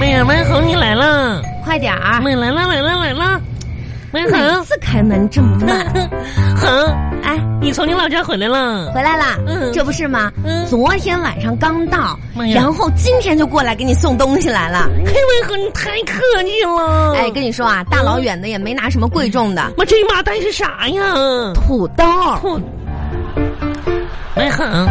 哎呀，文恒你来了，嗯快点儿！来了来了来了，文每恒，次开门嗯这么慢， 恒，哎，你从你老家回来了，回来啦！嗯这不是吗？嗯昨天晚上刚到，妈呀然后今天就过来给你送东西来了。嘿，文恒你太客气了，哎，跟你说啊，大老远的也没拿什么贵重的，我这一麻袋是啥呀？嗯土豆啊，土，文恒，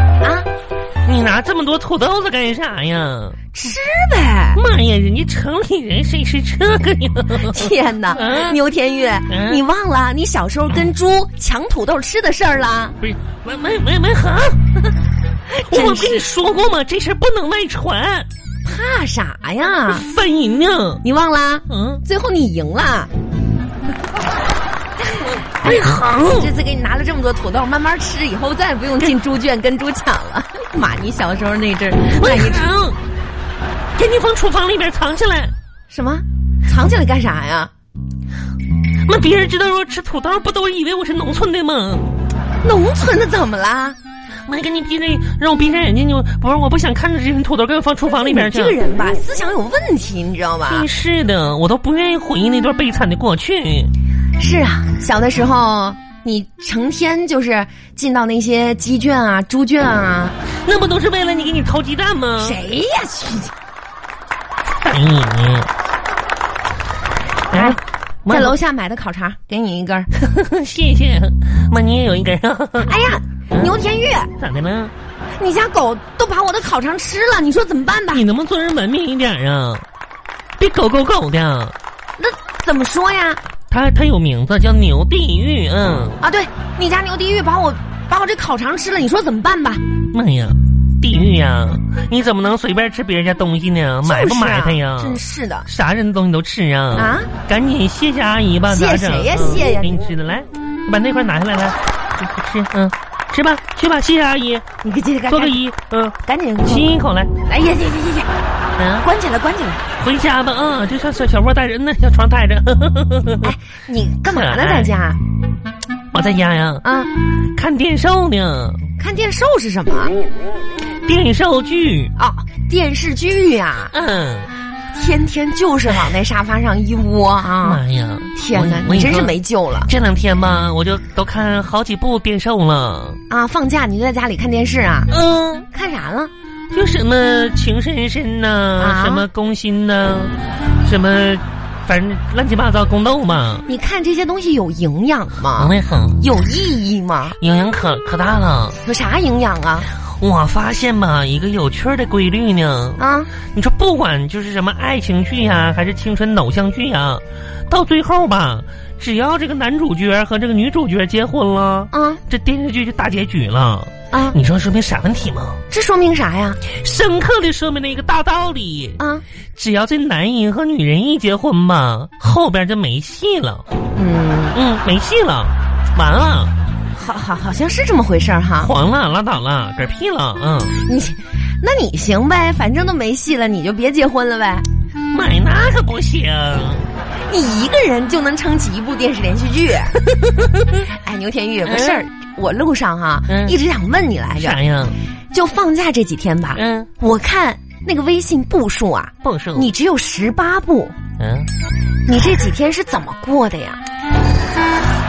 你拿这么多土豆子干啥呀？吃呗。妈呀，人家城里人谁吃这个 呀？天哪，嗯牛天玉，嗯你忘了你小时候跟猪抢土豆吃的事儿了？不是，文文文文恒，真我不是跟你说过吗？这事儿不能外传，怕啥呀？翻人呢。你忘了？嗯，最后你赢了，哎文恒。这次给你拿了这么多土豆，慢慢吃，以后再也不用进猪圈跟猪抢了。 妈，你小时候那阵儿，哎万一文恒，给你放厨房里边藏起来，什么藏起来干啥呀？那别人知道我吃土豆，不都以为我是农村的吗？农村的怎么啦？我还跟你闭着，让我闭上眼睛，你不是我不想看着这些土豆，给我放厨房里边你去。嗯这个人吧，思想有问题，你知道吧真？是的，我都不愿意回忆那段悲惨的过去。是啊，小的时候你成天就是进到那些鸡圈啊、猪圈啊，那不都是为了你给你掏鸡蛋吗？谁呀去？哎你！哎，妈在楼下买的烤肠，给你一根儿。 谢谢，妈，你也有一根儿啊？哎呀，牛天玉， 咋的了？你家狗都把我的烤肠吃了，你说怎么办吧？你能不能做人文明一点啊？别狗狗狗的，那怎么说呀？它它有名字叫牛地狱，嗯，啊，对你家牛地狱把我把我这烤肠吃了，你说怎么办吧？妈呀，地狱呀！你怎么能随便吃别人家东西呢？买不就是啊买它呀？真是的，啥人的东西都吃啊！啊，赶紧谢谢阿姨吧，谢咋整谁呀嗯谢呀给你吃的，来，把那块拿下来，来，吃，嗯，吃吧，去吧，谢谢阿姨，你给这个做个揖，嗯，赶紧亲一口来，哎呀呀呀呀呀！嗯，关起来，关起来！回家吧，嗯，就像小小窝带人呢，小床带着， 嗯哎，你干嘛呢，哎在家我在家呀，啊？看电视呢，看电视是什么？电视剧，哦，电视剧呀、嗯，天天就是往那沙发上一窝啊！妈呀，天哪，哎我你真是。我跟没救了说这两天吧，我就都看好几部电视了，啊！放假你就在家里看电视啊？嗯。看啥了？就什么情深深呐、啊什么攻心呐、什么反正乱七八糟宫斗嘛。你看这些东西有营养忙吗？得很，有意义吗？影响可可大了。有啥营养啊？我发现吧，一个有趣儿的规律呢。啊，你说不管就是什么爱情剧呀、还是青春偶像剧呀、到最后吧，只要这个男主角和这个女主角结婚了，啊这电视剧就大结局了。啊！你说说明啥问题吗？这说明啥呀？深刻的说明了一个大道理。啊，只要这男人和女人一结婚吧，后边就没戏了，嗯，嗯，没戏了，完了，好好好像是这么回事儿哈。黄了，拉倒了，嗝屁了，嗯，你，那你行呗，反正都没戏了，你就别结婚了呗。买那可不行，你一个人就能撑起一部电视连续 剧。哎，牛天玉，有个事儿，我路上哈、嗯一直想问你来着，啥呀？就放假这几天吧，嗯，我看那个微信步数啊，不说你只有十八步，嗯，你这几天是怎么过的呀？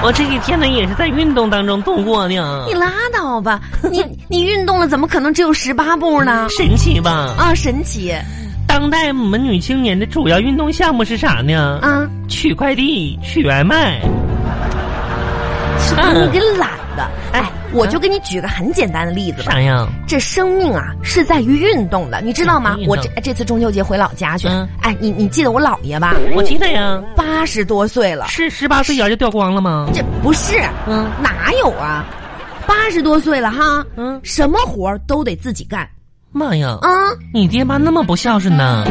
我这几天呢也是在运动当中度过的你，拉倒吧，你你运动了怎么可能只有十八步 呢？神奇吧？啊，神奇当代我们女青年的主要运动项目是啥呢？啊！取快递，取外卖，你嗯给懒的，哎，我就给你举个很简单的例子吧。啥呀？这生命啊是在于运动的，你知道吗嗯运？动我这哎这次中秋节回老家去，嗯哎，你你记得我姥爷吧？我记得呀，八十多岁了，是十八岁眼就掉光了吗？这不是嗯哪有啊？八十多岁了哈，嗯，什么活儿都得自己干妈呀！啊、你爹妈那么不孝顺呢？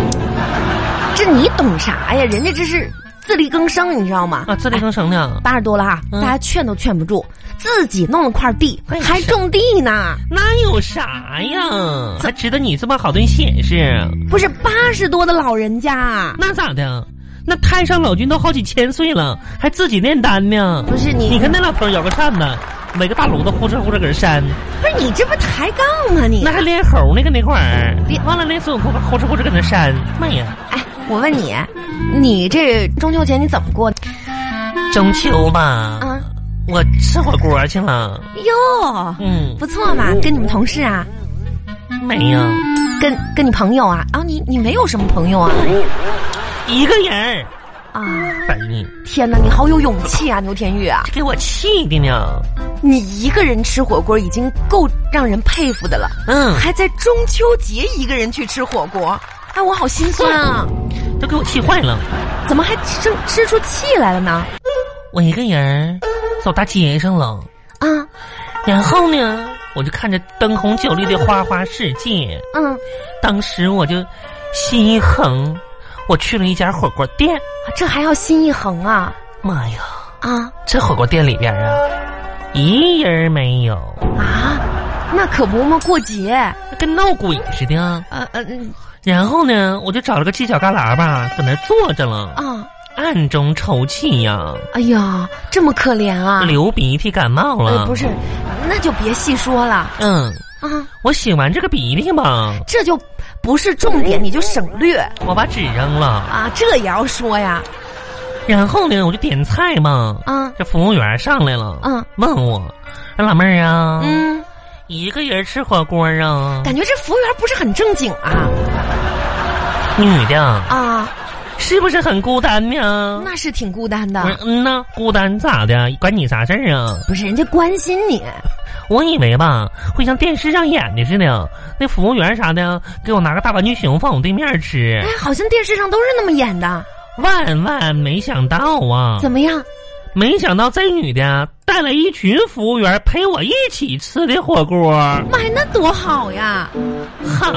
这你懂啥呀？人家这是自力更生，你知道吗？哎啊，自力更生呢？八十多了哈，嗯大家劝都劝不住，自己弄了块地，哎呀还种地呢。那有啥呀？还值得你这么好顿显示？不是八十多的老人家，啊那咋的？那太上老君都好几千岁了，还自己炼丹呢？不是你，你看那老头儿摇个扇子，围个大炉子，呼哧呼哧搁这扇，不是你这不抬杠吗？你那还练猴呢，搁那块儿练，完了练孙悟空，呼哧呼哧搁那扇。妈呀！哎，我问你，你这中秋节你怎么过的？中秋吧，啊，我吃火锅去了。哟，嗯，不错嘛，跟你们同事啊，没有，跟跟你朋友啊，啊，你你没有什么朋友啊？一个人儿。啊，本意天哪，你好有勇气啊，牛天玉啊！给我气的呢。你一个人吃火锅已经够让人佩服的了，嗯，还在中秋节一个人去吃火锅，哎，我好心酸啊！都给我气坏了。怎么还吃吃出气来了呢？我一个人儿走大街上了，啊，然后呢，我就看着灯红酒绿的花花世界，嗯，当时我就心一横，我去了一家火锅店。这还要心一横啊妈呀，啊这火锅店里边啊，一人儿没有，啊！那可不嘛，过节，跟闹鬼似的啊。呃呃嗯然后呢，我就找了个犄角旮旯吧，搁那儿坐着了，啊，暗中抽泣呀，哎呀，这么可怜啊！流鼻涕，感冒呃了。不是，那就别细说了啊嗯，，我擤完这个鼻涕吧，这就不是重点，你就省略我把纸扔了，啊，这也要说呀然后呢，我就点菜嘛。啊这服务员上来了，嗯问我，说老妹儿啊，嗯，一个人吃火锅啊？感觉这服务员不是很正经啊女的啊，是不是很孤单呢？那是挺孤单的我，说嗯呐，孤单咋的？关你啥事儿啊？不是人家关心你我以为吧，会像电视上演的似的，那服务员啥的给我拿个大玩具熊放我对面吃哎，，好像电视上都是那么演的。万万没想到啊！怎么样？没想到这女的带了一群服务员陪我一起吃的火锅，妈呀，那多好呀！好，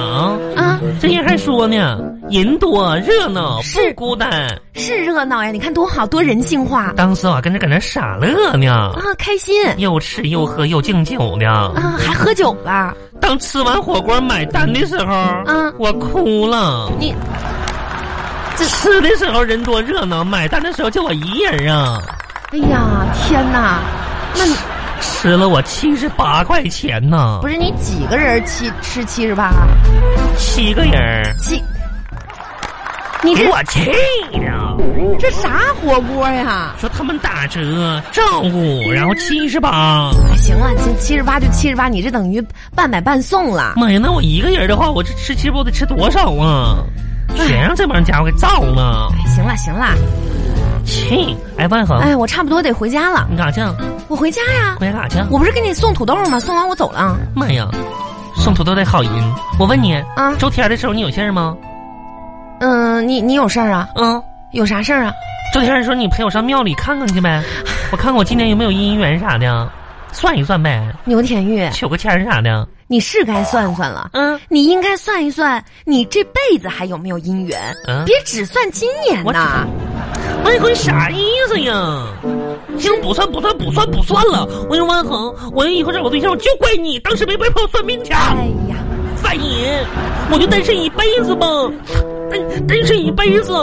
啊，这人还说呢，人多热闹是不孤单。是热闹呀！你看多好，多人性化当时我啊还跟着搁那傻乐呢，啊，开心又吃又喝又敬酒呢。啊，还喝酒了。当吃完火锅买单的时候，嗯我哭了。你吃的时候人多热闹，买单的时候就我一人啊，哎呀，天哪！那你吃了我七十八块钱呢，不是是你几个人七吃七十八？七个人儿，七？你给这我气的。这啥火锅呀？说他们打折照顾，然后七十八。哎行了，七七十八就七十八，你这等于半买半送了。妈呀，那我一个人的话，我这吃七十八我得吃多少啊？全让这帮家伙给造了，哎，行了行了，气！哎，万恒，哎，我差不多得回家了，你干啥去？啊我回家呀。回家干啥去？啊我不是给你送土豆吗？送完我走了。妈呀，送土豆得好人。我问你，啊周天的时候你有信儿吗？嗯，你你有事儿啊？嗯，有啥事儿啊？周天的时候你陪我上庙里看看 去呗，我看看我今年有没有姻缘啥的，算一算呗，牛田玉，求个签儿啥的。你是该算算了。嗯你应该算一算，你这辈子还有没有姻缘？嗯，别只算今年我呐！万恒啥意思呀？行，不算不算不算不算了。我说万恒，我以后找个对象，我就怪你当时没陪我算命去，啊哎呀，烦人！我就单身一辈子吧，单单身一辈子。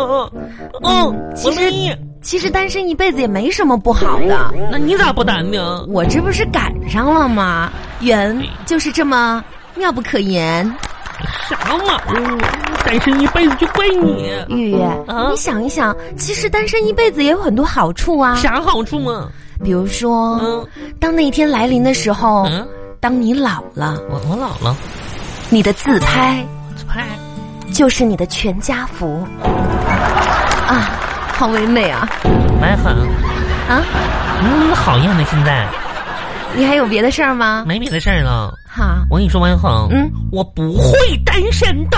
嗯，其实我愿意其实单身一辈子也没什么不好的，那你咋不单呢？我这不是赶上了吗？缘就是这么妙不可言。啥玩意儿？单身一辈子就怪你，玉玉，啊你想一想，其实单身一辈子也有很多好处啊，啥好处啊？比如说，嗯当那一天来临的时候，嗯，当你老了，我我老了，你的自拍这拍就是你的全家福啊，好唯美啊蛮狠，啊！嗯，好样的！现在你还有别的事儿吗？没别的事儿了。好，我跟你说，王一恒，嗯，我不会单身的。